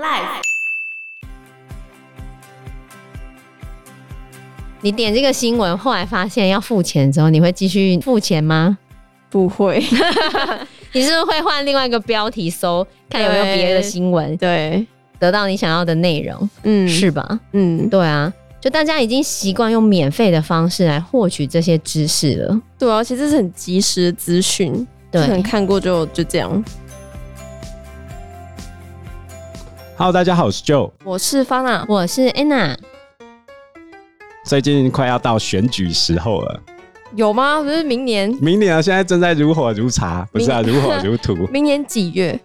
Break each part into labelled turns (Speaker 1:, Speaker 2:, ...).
Speaker 1: Life，
Speaker 2: 你点这个新闻，后来发现要付钱之后，你会继续付钱吗？
Speaker 1: 不会，
Speaker 2: 你是不是会换另外一个标题搜，看有没有别的新闻，
Speaker 1: 对，
Speaker 2: 得到你想要的内容，
Speaker 1: 嗯，
Speaker 2: 是吧？
Speaker 1: 嗯，
Speaker 2: 对啊，就大家已经习惯用免费的方式来获取这些知识了。
Speaker 1: 对啊，而且这是很及时的资讯，就可能
Speaker 2: 对，
Speaker 1: 看过就就这样。
Speaker 3: Hello，大家好，我是 Joe。
Speaker 1: 我是方娜，
Speaker 2: 我是 Anna，
Speaker 3: 最近快要到选举时候了，
Speaker 1: 有吗？不是明年，
Speaker 3: 明年啊，现在正在如火如茶，不是啊，
Speaker 1: 明
Speaker 3: 如火如荼。
Speaker 1: 明年几月？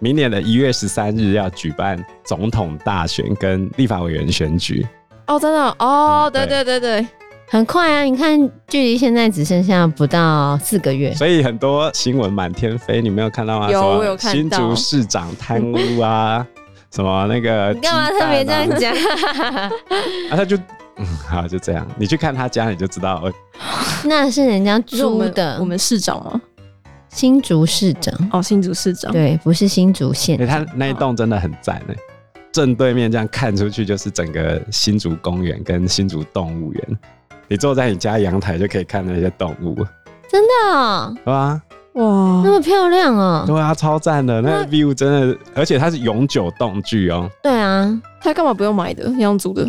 Speaker 3: 明年的一月十三日要举办总统大选跟立法委员选举，
Speaker 1: 哦，真的哦哦，
Speaker 3: 啊
Speaker 1: 对对
Speaker 3: 对
Speaker 1: 对对，
Speaker 2: 很快啊！你看，距离现在只剩下不到四个月。
Speaker 3: 所以很多新闻满天飞，你没有看到吗？
Speaker 1: 有
Speaker 3: 什么
Speaker 1: 我有看到
Speaker 3: 新竹市长贪污啊，什么那个
Speaker 2: 你干嘛
Speaker 3: 鸡蛋
Speaker 2: 特
Speaker 3: 啊
Speaker 2: 别这样讲？
Speaker 3: 啊？他就嗯，好，就这样，你去看他家你就知道哦了。
Speaker 2: 那是人家
Speaker 1: 就是我
Speaker 2: 租
Speaker 1: 们
Speaker 2: 的
Speaker 1: 我，们市长吗？
Speaker 2: 新竹市长，
Speaker 1: 哦，新竹市长，
Speaker 2: 对，不是新竹县
Speaker 3: 哎、。他那一栋真的很赞哎、正对面这样看出去就是整个新竹公园跟新竹动物园。你坐在你家阳台就可以看那些动物，
Speaker 2: 真的哦
Speaker 3: 对啊，
Speaker 1: 哇
Speaker 2: 那，么漂亮哦、
Speaker 3: 对啊，超赞的，那个 view 真的，而且它是永久动 距哦，
Speaker 2: 对啊，
Speaker 1: 他干嘛不用买的，要用租的？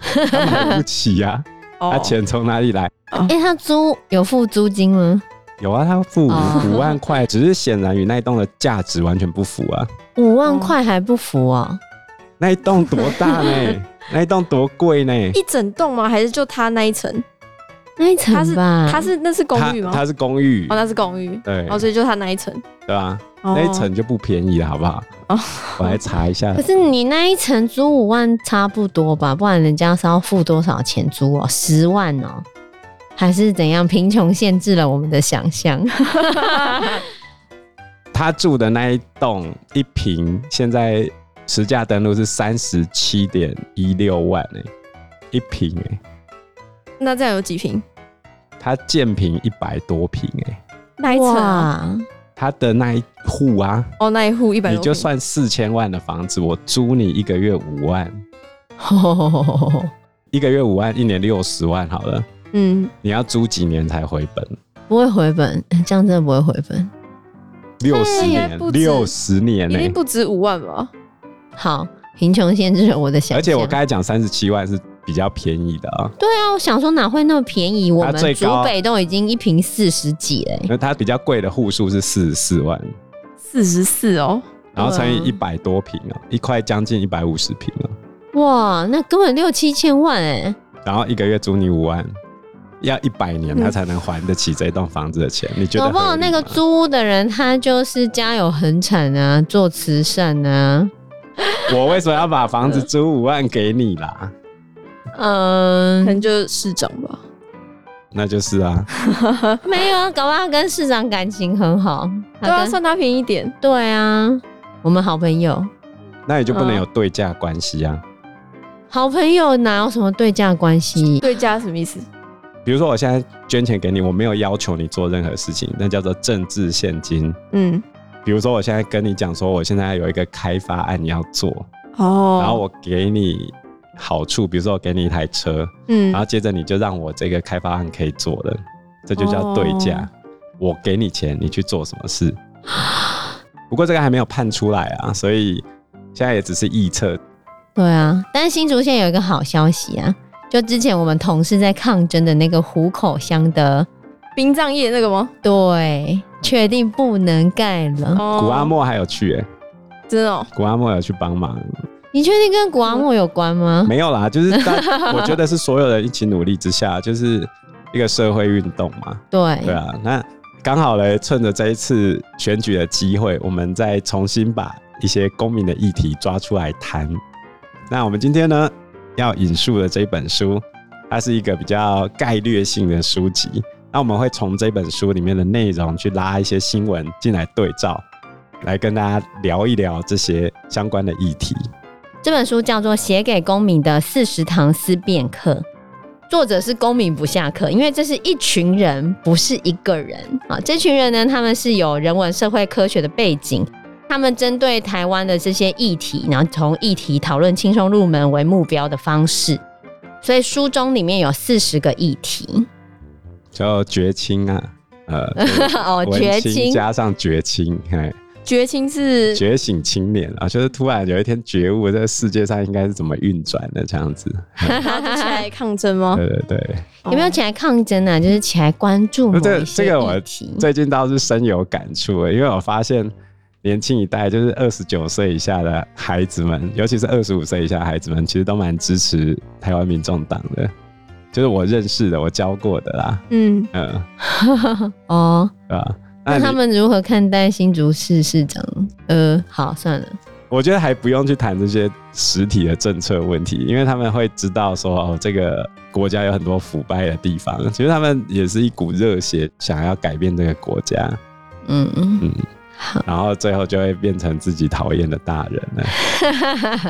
Speaker 3: 它买不起呀、
Speaker 1: 哦
Speaker 3: 啊，它钱从哪里来？
Speaker 2: 哎、他租有付租金吗？
Speaker 3: 有啊，它付
Speaker 2: 哦
Speaker 3: 五万块，只是显然与那一栋的价值完全不符啊。
Speaker 2: 五万块还不服哦、
Speaker 3: 那一栋多 大呢？那一栋多贵呢？
Speaker 1: 一整栋吗？还是就他那一层？
Speaker 2: 那一层
Speaker 1: 他是
Speaker 2: 吧，
Speaker 1: 他是那是公寓吗？
Speaker 3: 它它是公寓，
Speaker 1: 哦，那是公寓，
Speaker 3: 对，
Speaker 1: 哦，所以就他那一层，
Speaker 3: 对啊，
Speaker 1: 哦
Speaker 3: 那一层就不便宜了，好不好？
Speaker 1: 哦
Speaker 3: 我来查一下
Speaker 2: 可，是你那一层租五万差不多吧？不然人家是要付多少钱租哦、十万哦、还是怎样？贫穷限制了我们的想象。
Speaker 3: 他住的那一栋一平，现在实价登录是三十七点一六万哎、一平哎、
Speaker 1: 那这样有几平？
Speaker 3: 他建平一百多平哎、
Speaker 1: 那一层啊？
Speaker 2: 哇，
Speaker 3: 他的那一户啊，
Speaker 1: 哦，那一户一百
Speaker 3: 你
Speaker 1: 多
Speaker 3: 就
Speaker 1: 平。
Speaker 3: 算四千万的房子，我租你一个月五万，一个月五万，一年六十万好了，
Speaker 1: 嗯，
Speaker 3: 你要租几年才回本？
Speaker 2: 不会回本，这样真的不会回本。
Speaker 3: 六十年
Speaker 1: 哎不，止
Speaker 3: 六十年
Speaker 1: 一
Speaker 3: 哎、
Speaker 1: 定不止五万吧？
Speaker 2: 好，贫穷限制了我的想象。
Speaker 3: 而且我刚才讲三十七万是比较便宜的啊、
Speaker 2: 对啊，我想说哪会那么便宜？我
Speaker 3: 最
Speaker 2: 们
Speaker 3: 高
Speaker 2: 竹北都已经一瓶四十几嘞、
Speaker 3: 那它比较贵的户数是四十四万，
Speaker 1: 四十四哦，
Speaker 3: 然后乘以
Speaker 2: 对
Speaker 3: 一
Speaker 2: 啊
Speaker 3: 百多平哦，一块将近一百五十平哦，
Speaker 2: 哇，那根本六七千万哎、
Speaker 3: 然后一个月租你五万，要一百年
Speaker 1: 嗯
Speaker 3: 他才能还得起这栋房子的钱，你觉得？
Speaker 2: 搞不好那个，租屋的人他就是家有恒产啊，做慈善啊，
Speaker 3: 我为什么要把房 子租五万给你啦？
Speaker 1: 可
Speaker 2: 嗯，
Speaker 1: 能就是市长吧。
Speaker 3: 那就是啊，
Speaker 2: 没有啊，搞不好他跟市长感情很好，
Speaker 1: 对
Speaker 2: 他
Speaker 1: 啊，
Speaker 2: 跟
Speaker 1: 算他便宜一点。
Speaker 2: 对啊，我们好朋友，
Speaker 3: 那你就不能
Speaker 1: 嗯
Speaker 3: 有对价关系啊。
Speaker 2: 好朋友哪有什么对价关系？
Speaker 1: 对价什么意思？
Speaker 3: 比如说我现在捐钱给你，我没有要求你做任何事情，那叫做政治现金。
Speaker 1: 嗯，
Speaker 3: 比如说我现在跟你讲说，我现在有一个开发案要做，
Speaker 1: 哦，
Speaker 3: 然后我给你好处，比如说我给你一台车，
Speaker 1: 嗯
Speaker 3: 然后接着你就让我这个开发案可以做了，这就叫对价。
Speaker 1: 哦
Speaker 3: 我给你钱，你去做什么事？ 不过这个还没有判出来啊，所以现在也只是臆测。
Speaker 2: 对啊，但是新竹县有一个好消息啊，就之前我们同事在抗争的那个湖口乡的，
Speaker 1: 殡葬业那个吗？
Speaker 2: 对，确定不能盖了。
Speaker 1: 哦
Speaker 3: 古阿莫还有去、欸，
Speaker 1: 真的哦，
Speaker 3: 古阿莫有去帮忙，
Speaker 2: 你确定跟古阿
Speaker 1: 嗯
Speaker 2: 莫有关吗？
Speaker 3: 没有啦，就是 大我觉得是所有人一起努力之下，就是一个社会运动嘛。
Speaker 2: 对，
Speaker 3: 对啊，那刚好嘞，趁着这一次选举的机会，我们再重新把一些公民的议题抓出来谈。那我们今天呢，要引述的这本书，它是一个比较概略性的书籍。那我们会从这本书里面的内容去拉一些新闻进来对照，来跟大家聊一聊这些相关的议题。
Speaker 2: 这本书叫做《写给公民的四十堂思辨课》，作者是公民不下课，因为这是一群人，不是一个人啊。这群人呢，他们是有人文社会科学的背景，他们针对台湾的这些议题，然后从议题讨论轻松入门为目标的方式。所以书中里面有四十个议题
Speaker 3: 叫绝亲啊，呃，
Speaker 2: 哦，
Speaker 3: 文
Speaker 2: 绝
Speaker 3: 青
Speaker 2: 情
Speaker 3: 加上绝亲，嘿，
Speaker 1: 绝情是
Speaker 3: 觉醒青年啊，就是突然有一天觉悟，这个世界上应该是怎么运转的这样子。
Speaker 1: 然后就起来抗争吗？哦
Speaker 3: 对对对，
Speaker 2: 有没有起来抗争啊？就是起来关注某
Speaker 3: 那这
Speaker 2: 一
Speaker 3: 个
Speaker 2: 些
Speaker 3: 这个我
Speaker 2: 议题。
Speaker 3: 最近倒是深有感触，因为我发现年轻一代，就是二十九岁以下的孩子们，尤其是二十五岁以下的孩子们，其实都蛮支持台湾民众党的，就是我认识的，我教过的啦，
Speaker 1: 嗯，
Speaker 3: 嗯，
Speaker 2: 哦，
Speaker 3: 对吧？
Speaker 2: 那
Speaker 3: 你
Speaker 2: 他们如何看待新竹市市长？呃，好，算了，
Speaker 3: 我觉得还不用去谈这些实体的政策问题，因为他们会知道说，哦，这个国家有很多腐败的地方。其实他们也是一股热血，想要改变这个国家，
Speaker 2: 嗯嗯
Speaker 3: 嗯，
Speaker 2: 好。
Speaker 3: 然后最后就会变成自己讨厌的大人了。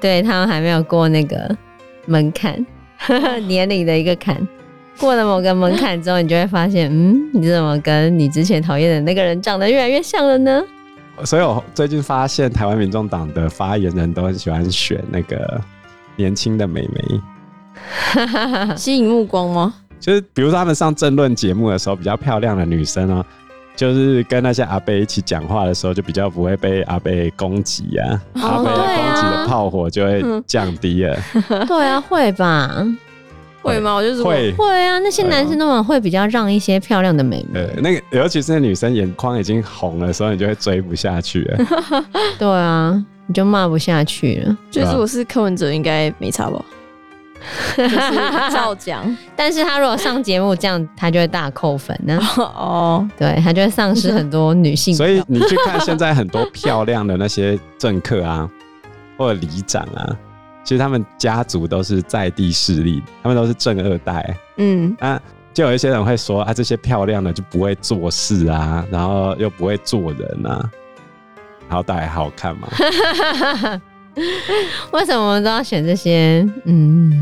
Speaker 2: 对他们还没有过那个门槛， 年龄的一个坎。过了某个门槛之后，你就会发现，嗯，你怎么跟你之前讨厌的那个人长得越来越像了呢？
Speaker 3: 所以我最近发现，台湾民众党的发言人都很喜欢选那个年轻的美眉，
Speaker 1: 吸引目光吗？
Speaker 3: 就是比如说他们上政论节目的时候，比较漂亮的女生哦、就是跟那些阿伯一起讲话的时候，就比较不会被阿伯攻击啊，阿
Speaker 2: 哦
Speaker 3: 伯
Speaker 2: 对啊
Speaker 3: 攻击的炮火就会降低了。
Speaker 2: 对啊，会吧？
Speaker 1: 会吗？我就如 果
Speaker 3: 会，
Speaker 2: 会啊，那些男生那么会比较让一些漂亮的美眉
Speaker 3: 呃。，那个尤其是那女生眼眶已经红了的时候，你就会追不下去 了。
Speaker 2: 对啊，你就骂不下去了。
Speaker 1: 就是我是柯文哲，应该没差吧？ 就是照讲
Speaker 2: 但是他如果上节目这样，他就会大扣分呢、
Speaker 1: 哦，
Speaker 2: 对他就会丧失很多女性。
Speaker 3: 所以你去看现在很多漂亮的那些政客啊，或者里长啊，其实他们家族都是在地势力，他们都是正二代。
Speaker 1: 嗯，
Speaker 3: 啊，就有一些人会说啊，这些漂亮的就不会做事啊，然后又不会做人啊，好歹好看嘛。
Speaker 2: 为什么我们都要选这些？嗯，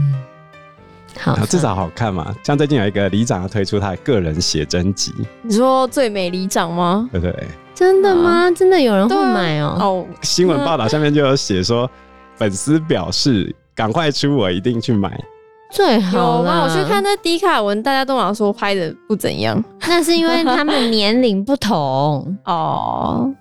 Speaker 2: 好
Speaker 3: 啊，至少好看嘛。像最近有一个里长要推出他的个人写真集，
Speaker 1: 你说最美里长吗？
Speaker 3: 对不对？
Speaker 2: 真的吗？真的有人会
Speaker 1: 对啊
Speaker 2: 买哦、
Speaker 1: 哦，
Speaker 3: 新闻报道下面就有写说，粉丝表示赶快出，我一定去买。
Speaker 2: 最好
Speaker 1: 有
Speaker 2: 啦
Speaker 1: 吗？我去 看，那迪卡文，大家都老说拍的不怎样
Speaker 2: 那是因为他们年龄不同，
Speaker 1: 哦，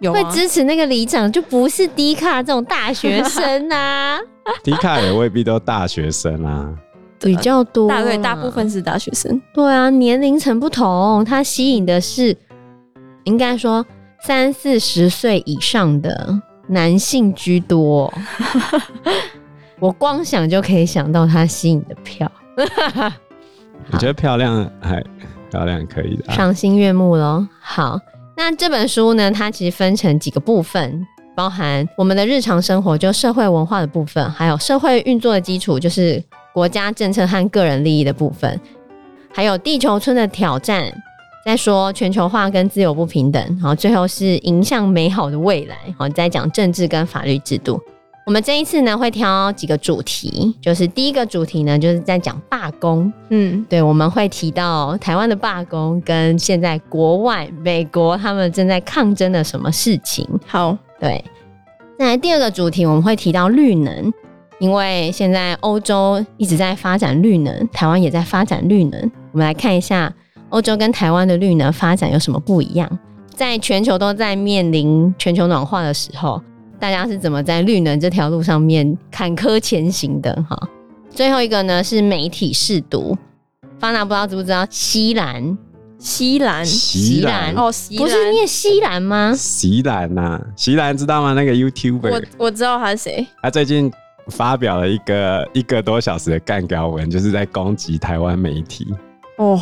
Speaker 1: 有啊
Speaker 2: 会
Speaker 1: 吗？
Speaker 2: 支持那个里长就不是迪卡这种大学生啊，
Speaker 3: 迪卡也未必都大学生啊，
Speaker 2: 比较多啊
Speaker 1: 大对，大部分是大学生，
Speaker 2: 对啊，年龄层不同，它吸引的是应该说三四十岁以上的男性居 多。我光想就可以想到它吸引的票，
Speaker 3: 我觉得漂亮还漂亮可以的、啊。
Speaker 2: 赏心悦目喽。好，那这本书呢，它其实分成几个部分。包含我们的日常生活，就社会文化的部分，还有社会运作的基础，就是国家政策和个人利益的部分，还有地球村的挑战，再说全球化跟自由不平等，然后最后是迎向美好的未来，然后再讲政治跟法律制度。我们这一次呢会挑几个主题，就是第一个主题呢就是在讲罢工，
Speaker 1: 嗯，
Speaker 2: 对，我们会提到台湾的罢工跟现在国外美国他们正在抗争的什么事情。
Speaker 1: 好，
Speaker 2: 对，再来第二个主题我们会提到绿能，因为现在欧洲一直在发展绿能，台湾也在发展绿能。我们来看一下欧洲跟台湾的绿能发展有什么不一样。在全球都在面临全球暖化的时候，大家是怎么在绿能这条路上面坎坷前行的？哈，最后一个呢是媒体试读。方娜不知道知不知道西兰
Speaker 1: 西兰
Speaker 3: 席
Speaker 2: 席
Speaker 3: 兰
Speaker 2: 兰
Speaker 1: 哦，西兰
Speaker 2: 不是念西兰吗？
Speaker 3: 席兰呐，席兰知道吗？那个 YouTuber，
Speaker 1: 我我知道他是谁，
Speaker 3: 他最近发表了一个一个多小时的干掉文，就是在攻击台湾媒体，
Speaker 1: 哦，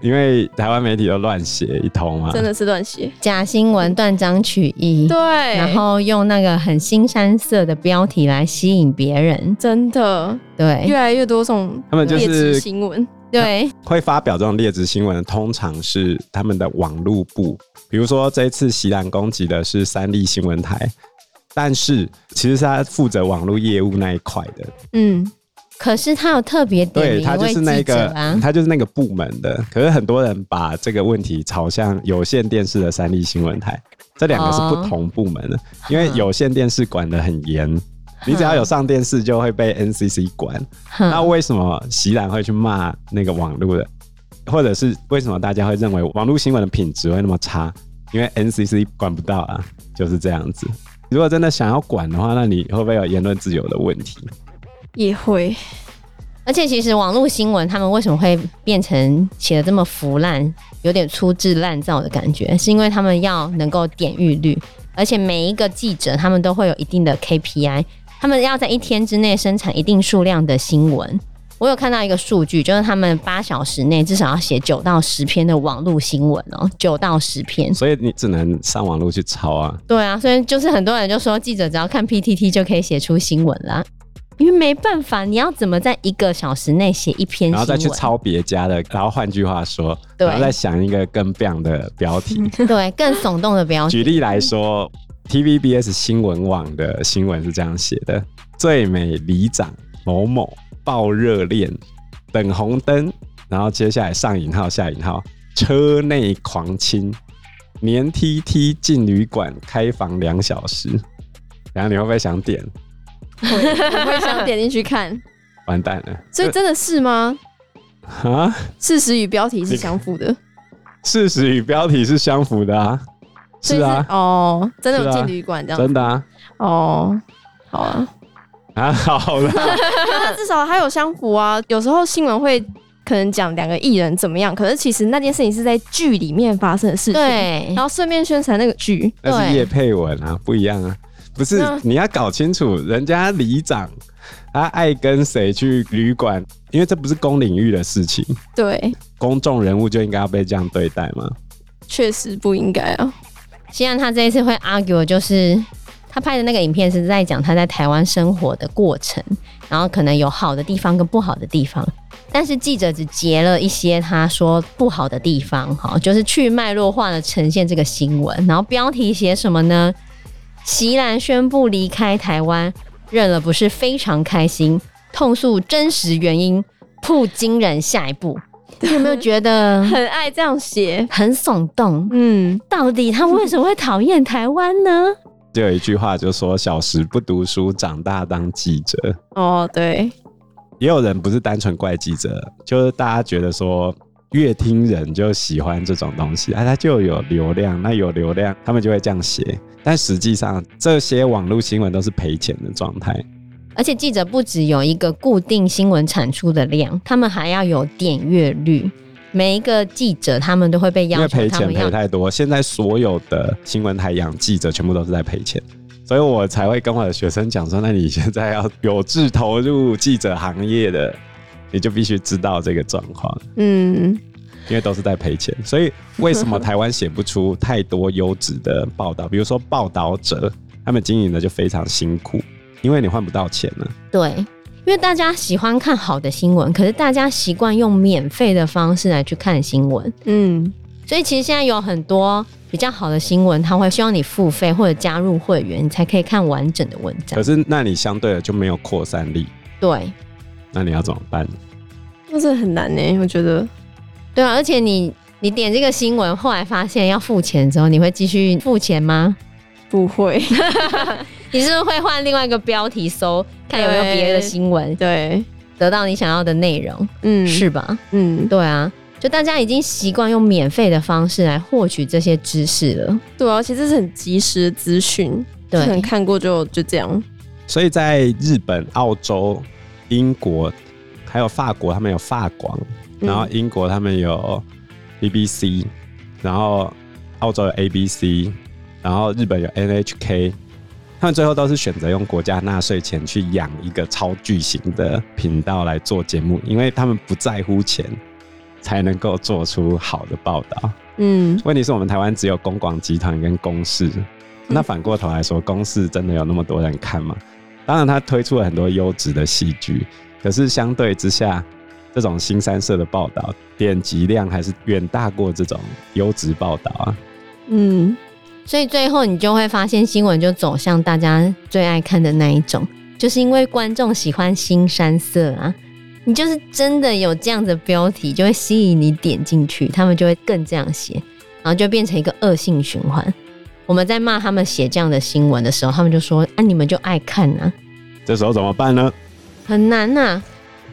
Speaker 3: 因为台湾媒体都乱写一通啊嘛。
Speaker 1: 真的是乱写，
Speaker 2: 假新闻断章取义。
Speaker 1: 对，
Speaker 2: 然后用那个很新山色的标题来吸引别人，
Speaker 1: 真的越
Speaker 2: 对
Speaker 1: 来越多这种
Speaker 3: 他们就
Speaker 1: 劣质
Speaker 3: 是
Speaker 1: 新闻，
Speaker 2: 对，
Speaker 3: 会发表这种劣质新闻，通常是他们的网络部，比如说这一次席兰攻击的是三立新闻台，但是其实是他负责网络业务那一块的，
Speaker 1: 嗯，
Speaker 2: 可是他有特别点
Speaker 3: 对
Speaker 2: 名
Speaker 3: 他
Speaker 2: 一
Speaker 3: 就
Speaker 2: 位
Speaker 3: 是那
Speaker 2: 记者
Speaker 3: 个嗯
Speaker 2: 啊，，
Speaker 3: 他就是那个部门的。可是很多人把这个问题朝向有线电视的三立新闻台，这两个是不
Speaker 2: 哦嗯
Speaker 3: 同部门的，因为有线电视管得很严。你只要有上电视，就会被 NCC 管。
Speaker 2: 哼
Speaker 3: 那为什么席兰会去骂那个网络的，或者是为什么大家会认为网络新闻的品质会那么差？因为 NCC 管不到啊，就是这样子。如果真的想要管的话，那你会不会有言论自由的问题？
Speaker 1: 也会
Speaker 2: 而且其实网络新闻他们为什么会变成写的这么腐烂，有点粗制滥造的感觉，是因为他们要能够点阅率，而且每一个记者他们都会有一定的 KPI，他们要在一天之内生产一定数量的新闻。我有看到一个数据，就是他们八小时内至少要写九到十篇的网络新闻哦，九到十篇。
Speaker 3: 所以你只能上网络去抄啊。
Speaker 2: 对啊，所以就是很多人就说，记者只要看 PTT 就可以写出新闻啦，因为没办法，你要怎么在一个小时内写一篇新闻？
Speaker 3: 然后再去抄别家的，然后换句话说，
Speaker 2: 对
Speaker 3: 然后再想一个更 b 的标题。
Speaker 2: 对，更耸动的标题。
Speaker 3: 举例来说，TVBS 新闻网的新闻是这样写的：最美里长某某爆热恋，等红灯，然后接下来上引号下引号，车内狂亲，年 T T 进旅馆开房两小时，然后你会不会想点？
Speaker 1: 会，我会想点进去 看。
Speaker 3: 完蛋了！
Speaker 1: 所以真的是吗？
Speaker 3: 这啊，
Speaker 1: 事实与标题是相符的，
Speaker 3: 事实与标题是相符的啊，
Speaker 1: 所以
Speaker 3: 是啊，
Speaker 1: 哦，真的有
Speaker 3: 是啊
Speaker 1: 进旅馆这样，
Speaker 3: 真的啊。
Speaker 1: 哦，好啊，
Speaker 3: 啊，好了，
Speaker 1: 那至少还有相符啊。有时候新闻会可能讲两个艺人怎么样，可是其实那件事情是在剧里面发生的事情，，
Speaker 2: 对
Speaker 1: 然，后顺便宣传那个剧，
Speaker 3: 那是
Speaker 2: 对
Speaker 3: 叶佩文啊，不一样啊。不是
Speaker 1: 那，
Speaker 3: 你要搞清楚，人家里长他爱跟谁去旅馆，因为这不是公领域的事情，
Speaker 1: 对，
Speaker 3: 公众人物就应该要被这样对待嘛。
Speaker 1: 确实不应该啊。
Speaker 2: 虽然他这一次会 argue，的就是他拍的那个影片是在讲他在台湾生活的过程，然后可能有好的地方跟不好的地方，但是记者只截了一些他说不好的地方，哈，就是去脉络化的呈现这个新闻，然后标题写什么呢？席兰宣布离开台湾，认了不是非常开心，痛诉真实原因，不惊人下一步。你有没有觉得
Speaker 1: 很爱这样写。
Speaker 2: 很耸动？
Speaker 1: 嗯，
Speaker 2: 到底他为什么会讨厌台湾呢？
Speaker 3: 就有一句话就说：“小时不读书，长大当记者。
Speaker 1: 哦，对，”
Speaker 3: 也有人不是单纯怪记者，就是大家觉得说乐听人就喜欢这种东西，啊，他就有流量，那有流量，他们就会这样写。但实际上，这些网络新闻都是赔钱的状态。
Speaker 2: 而且记者不只有一个固定新闻产出的量，他们还要有点阅率。每一个记者他们都会被
Speaker 3: 因
Speaker 2: 要
Speaker 3: 为
Speaker 2: 求
Speaker 3: 赔
Speaker 2: 他
Speaker 3: 钱
Speaker 2: 们
Speaker 3: 赔
Speaker 2: 要
Speaker 3: 太多，现在所有的新闻台养记者全部都是在赔钱，所以我才会跟我的学生讲说，那你现在要有志投入记者行业的，你就必须知道这个状况，
Speaker 1: 嗯，
Speaker 3: 因为都是在赔钱。所以为 什么台湾写不出太多优质的报道？比如说报道者，他们经营的就非常辛苦，因为你换不到钱了。
Speaker 2: 对，因为大家喜欢看好的新闻，可是大家习惯用免费的方式来去看新闻，
Speaker 1: 嗯，
Speaker 2: 所以其实现在有很多比较好的新闻，他会希望你付费或者加入会员，你才可以看完整的文章
Speaker 3: 可。是那你相对的就没有扩散力，
Speaker 2: 对，
Speaker 3: 那你要怎么办？
Speaker 1: 那这很难呢，我觉得。
Speaker 2: 对啊，而且你你点这个新闻，后来发现要付钱之后，你会继续付钱吗？
Speaker 1: 不会，
Speaker 2: 你是不是会换另外一个标题搜，看有没有别的新闻，
Speaker 1: 对，
Speaker 2: 得到你想要的内容，
Speaker 1: 嗯，
Speaker 2: 是，吧？
Speaker 1: 嗯，
Speaker 2: 对啊，就大家已经习惯用免费的方式来获取这些知识了。
Speaker 1: 对啊，而且这是很及时的资讯，就可能
Speaker 2: 对，
Speaker 1: 看过就就这样，
Speaker 3: 所以在日本、澳洲、英国还有法国，他们有法广，
Speaker 1: 嗯
Speaker 3: 然后英国他们有 BBC，然后澳洲有 ABC，然后日本有 NHK。他们最后都是选择用国家纳税钱去养一个超巨型的频道来做节目，因为他们不在乎钱，才能够做出好的报道。
Speaker 1: 嗯，
Speaker 3: 问题是我们台湾只有公广集团跟公视，那反过头来说，公视真的有那么多人看吗？当然，它推出了很多优质的戏剧，可是相对之下，这种新三社的报道点击量还是远大过这种优质报道啊。
Speaker 1: 嗯，
Speaker 2: 所以最后你就会发现新闻就走向大家最爱看的那一种，就是因为观众喜欢新山色啊。你就是真的有这样的标题，就会吸引你点进去，他们就会更这样写，然后就变成一个恶性循环。我们在骂他们写这样的新闻的时候，他们就说：“啊，你们就爱看啊，
Speaker 3: 这时候怎么办呢？
Speaker 2: 很难呐、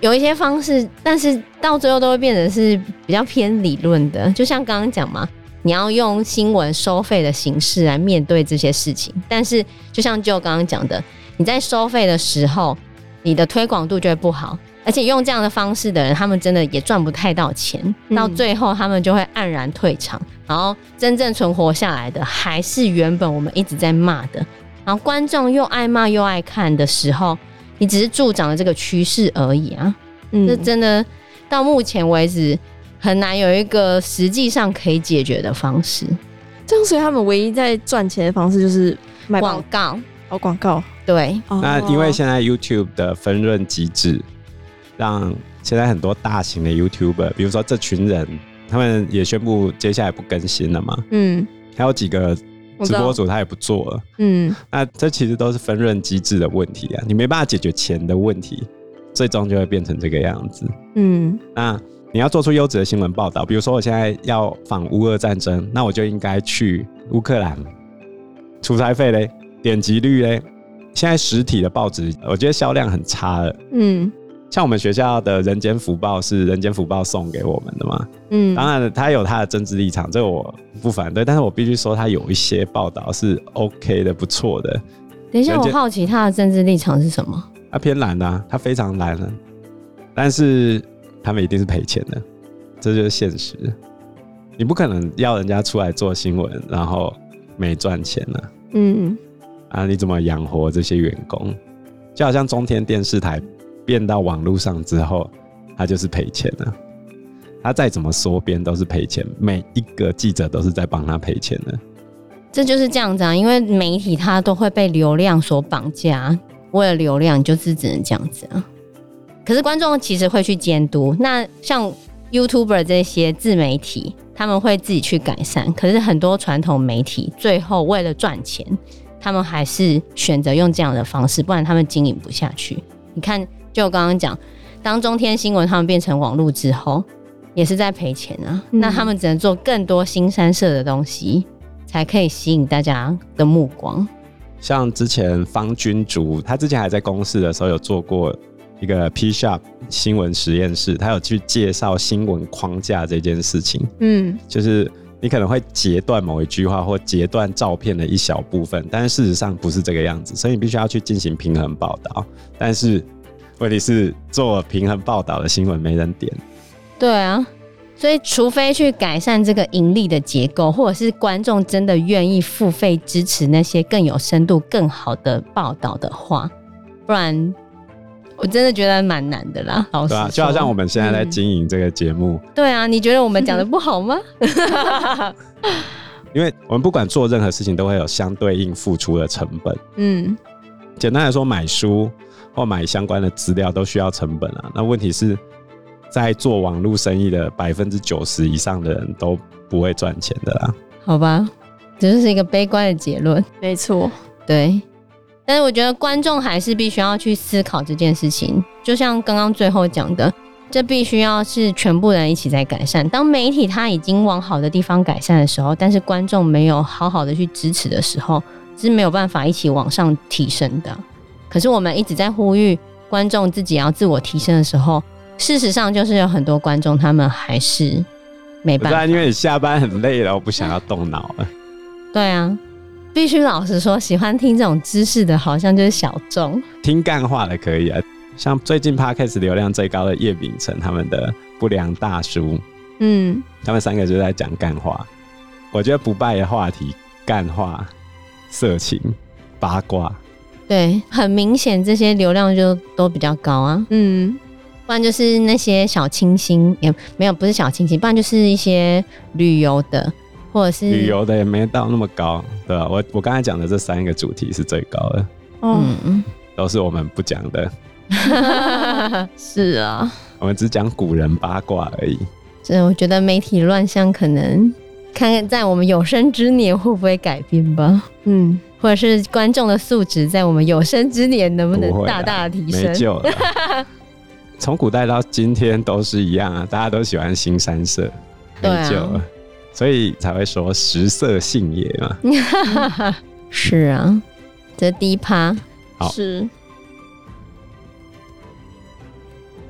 Speaker 2: 有一些方式，但是到最后都会变成是比较偏理论的，就像刚刚讲嘛，你要用新闻收费的形式来面对这些事情。但是就像就刚刚讲的，你在收费的时候，你的推广度就会不好，而且用这样的方式的人，他们真的也赚不太到钱，
Speaker 1: 嗯
Speaker 2: 到最后他们就会黯然退场。然后真正存活下来的，还是原本我们一直在骂的。然后观众又爱骂又爱看的时候，你只是助长了这个趋势而已啊！
Speaker 1: 嗯
Speaker 2: 这真的到目前为止很难有一个实际上可以解决的方式。
Speaker 1: 这样，所以他们唯一在赚钱的方式就是卖
Speaker 2: 广
Speaker 1: 广
Speaker 2: 告，
Speaker 1: 哦广告。
Speaker 2: 对，
Speaker 1: 哦
Speaker 3: 那因为现在 YouTube 的分润机制，让现在很多大型的 YouTuber，比如说这群人，他们也宣布接下来不更新了嘛，
Speaker 1: 嗯，
Speaker 3: 还有几个
Speaker 1: 我知
Speaker 3: 直
Speaker 1: 道
Speaker 3: 播主他也不做了。
Speaker 1: 嗯，
Speaker 3: 那这其实都是分润机制的问题啊，你没办法解决钱的问题，最终就会变成这个样子。
Speaker 1: 嗯，
Speaker 3: 那你要做出优质的新闻报道，比如说我现在要访乌俄战争，那我就应该去乌克兰，出差费嘞，点击率嘞。现在实体的报纸，我觉得销量很差了。
Speaker 1: 嗯，
Speaker 3: 像我们学校的《人间福报》是《人间福报》送给我们的嘛，
Speaker 1: 嗯，
Speaker 3: 当然了，它有它的政治立场，这我不反对，但是我必须说，它有一些报道是 OK 的，不错的。
Speaker 2: 等一下，
Speaker 3: 了
Speaker 2: 我
Speaker 3: 解
Speaker 2: 好奇他的政治立场是什么？
Speaker 3: 它偏蓝的、啊，它非常蓝的、但是他们一定是赔钱的，这就是现实。你不可能要人家出来做新闻，然后没赚钱呢、
Speaker 1: 嗯，
Speaker 3: 啊？你怎么养活这些员工？就好像中天电视台变到网络上之后，它就是赔钱了、他再怎么缩编都是赔钱，每一个记者都是在帮他赔钱的。
Speaker 2: 这就是这样子啊，因为媒体它都会被流量所绑架，啊为了流量你就是只能这样子啊。可是观众其实会去监督，那像 YouTuber 这些自媒体，他们会自己去改善。可是很多传统媒体最后为了赚钱，他们还是选择用这样的方式，不然他们经营不下去。你看，就我刚刚讲，当中天新闻他们变成网络之后，也是在赔钱啊。
Speaker 1: 嗯
Speaker 2: 那他们只能做更多新三社的东西，才可以吸引大家的目光。
Speaker 3: 像之前方君竹，他之前还在公司的时候有做过一个 P Shop 新闻实验室，他有去介绍新闻框架这件事情，
Speaker 1: 嗯，
Speaker 3: 就是你可能会截断某一句话或截断照片的一小部分，但是事实上不是这个样子，所以你必须要去进行平衡报道。但是问题是，做平衡报道的新闻没人点，
Speaker 2: 对啊，所以除非去改善这个盈利的结构，或者是观众真的愿意付费支持那些更有深度、更好的报道的话，不然我真的觉得蛮难的啦。老实
Speaker 3: 对吧、啊
Speaker 2: 说，
Speaker 3: 就好像我们现在在经营这个节目，
Speaker 2: 对啊，你觉得我们讲的不好 吗？
Speaker 3: 因为我们不管做任何事情都会有相对应付出的成本。
Speaker 1: 嗯，
Speaker 3: 简单来说，买书或买相关的资料都需要成本啊。那问题是，在做网络生意的百分之九十以上的人都不会赚钱的啦。
Speaker 2: 好吧，这就是一个悲观的结论。
Speaker 1: 没错，
Speaker 2: 对，但是我觉得观众还是必须要去思考这件事情，就像刚刚最后讲的，这必须要是全部人一起在改善。当媒体它已经往好的地方改善的时候，但是观众没有好好的去支持的时候，是没有办法一起往上提升的。可是我们一直在呼吁观众自己要自我提升的时候，事实上就是有很多观众他们还是没
Speaker 3: 不
Speaker 2: 办
Speaker 3: 是
Speaker 2: 法
Speaker 3: 啊，因为你下班很累了，我不想要动脑了。
Speaker 2: 对啊，必须老实说，喜欢听这种知识的，好像就是小众。
Speaker 3: 听干话的可以啊，像最近 podcast 流量最高的叶秉成他们的不良大叔，
Speaker 1: 嗯，
Speaker 3: 他们三个就在讲干话。我觉得不败的话题，干话、色情、八卦，
Speaker 2: 对，很明显这些流量就都比较高啊，
Speaker 1: 嗯，
Speaker 2: 不然就是那些小清新，也没有不是小清新，不然就是一些旅游的，或者是
Speaker 3: 旅，游的也没到那么高，对吧、我我刚才讲的这三个主题是最高的。
Speaker 1: 哦，
Speaker 2: 嗯，
Speaker 3: 都是我们不讲的，
Speaker 1: 是啊，
Speaker 3: 我们只讲古人八卦而已。
Speaker 2: 这我觉得媒体乱象可能看看在我们有生之年会不会改变吧。
Speaker 1: 嗯，
Speaker 2: 或者是观众的素质，在我们有生之年能不能
Speaker 3: 不会
Speaker 2: 大
Speaker 3: 啦
Speaker 2: 大提
Speaker 3: 没
Speaker 2: 升？
Speaker 3: 救了。 从古代到今天都是一样啊，大家都喜欢新三色，
Speaker 2: 对
Speaker 3: 没
Speaker 2: 啊
Speaker 3: 救了，所以才会说食色性也嘛。
Speaker 2: 是啊，这是第一趴，
Speaker 3: 好
Speaker 1: 是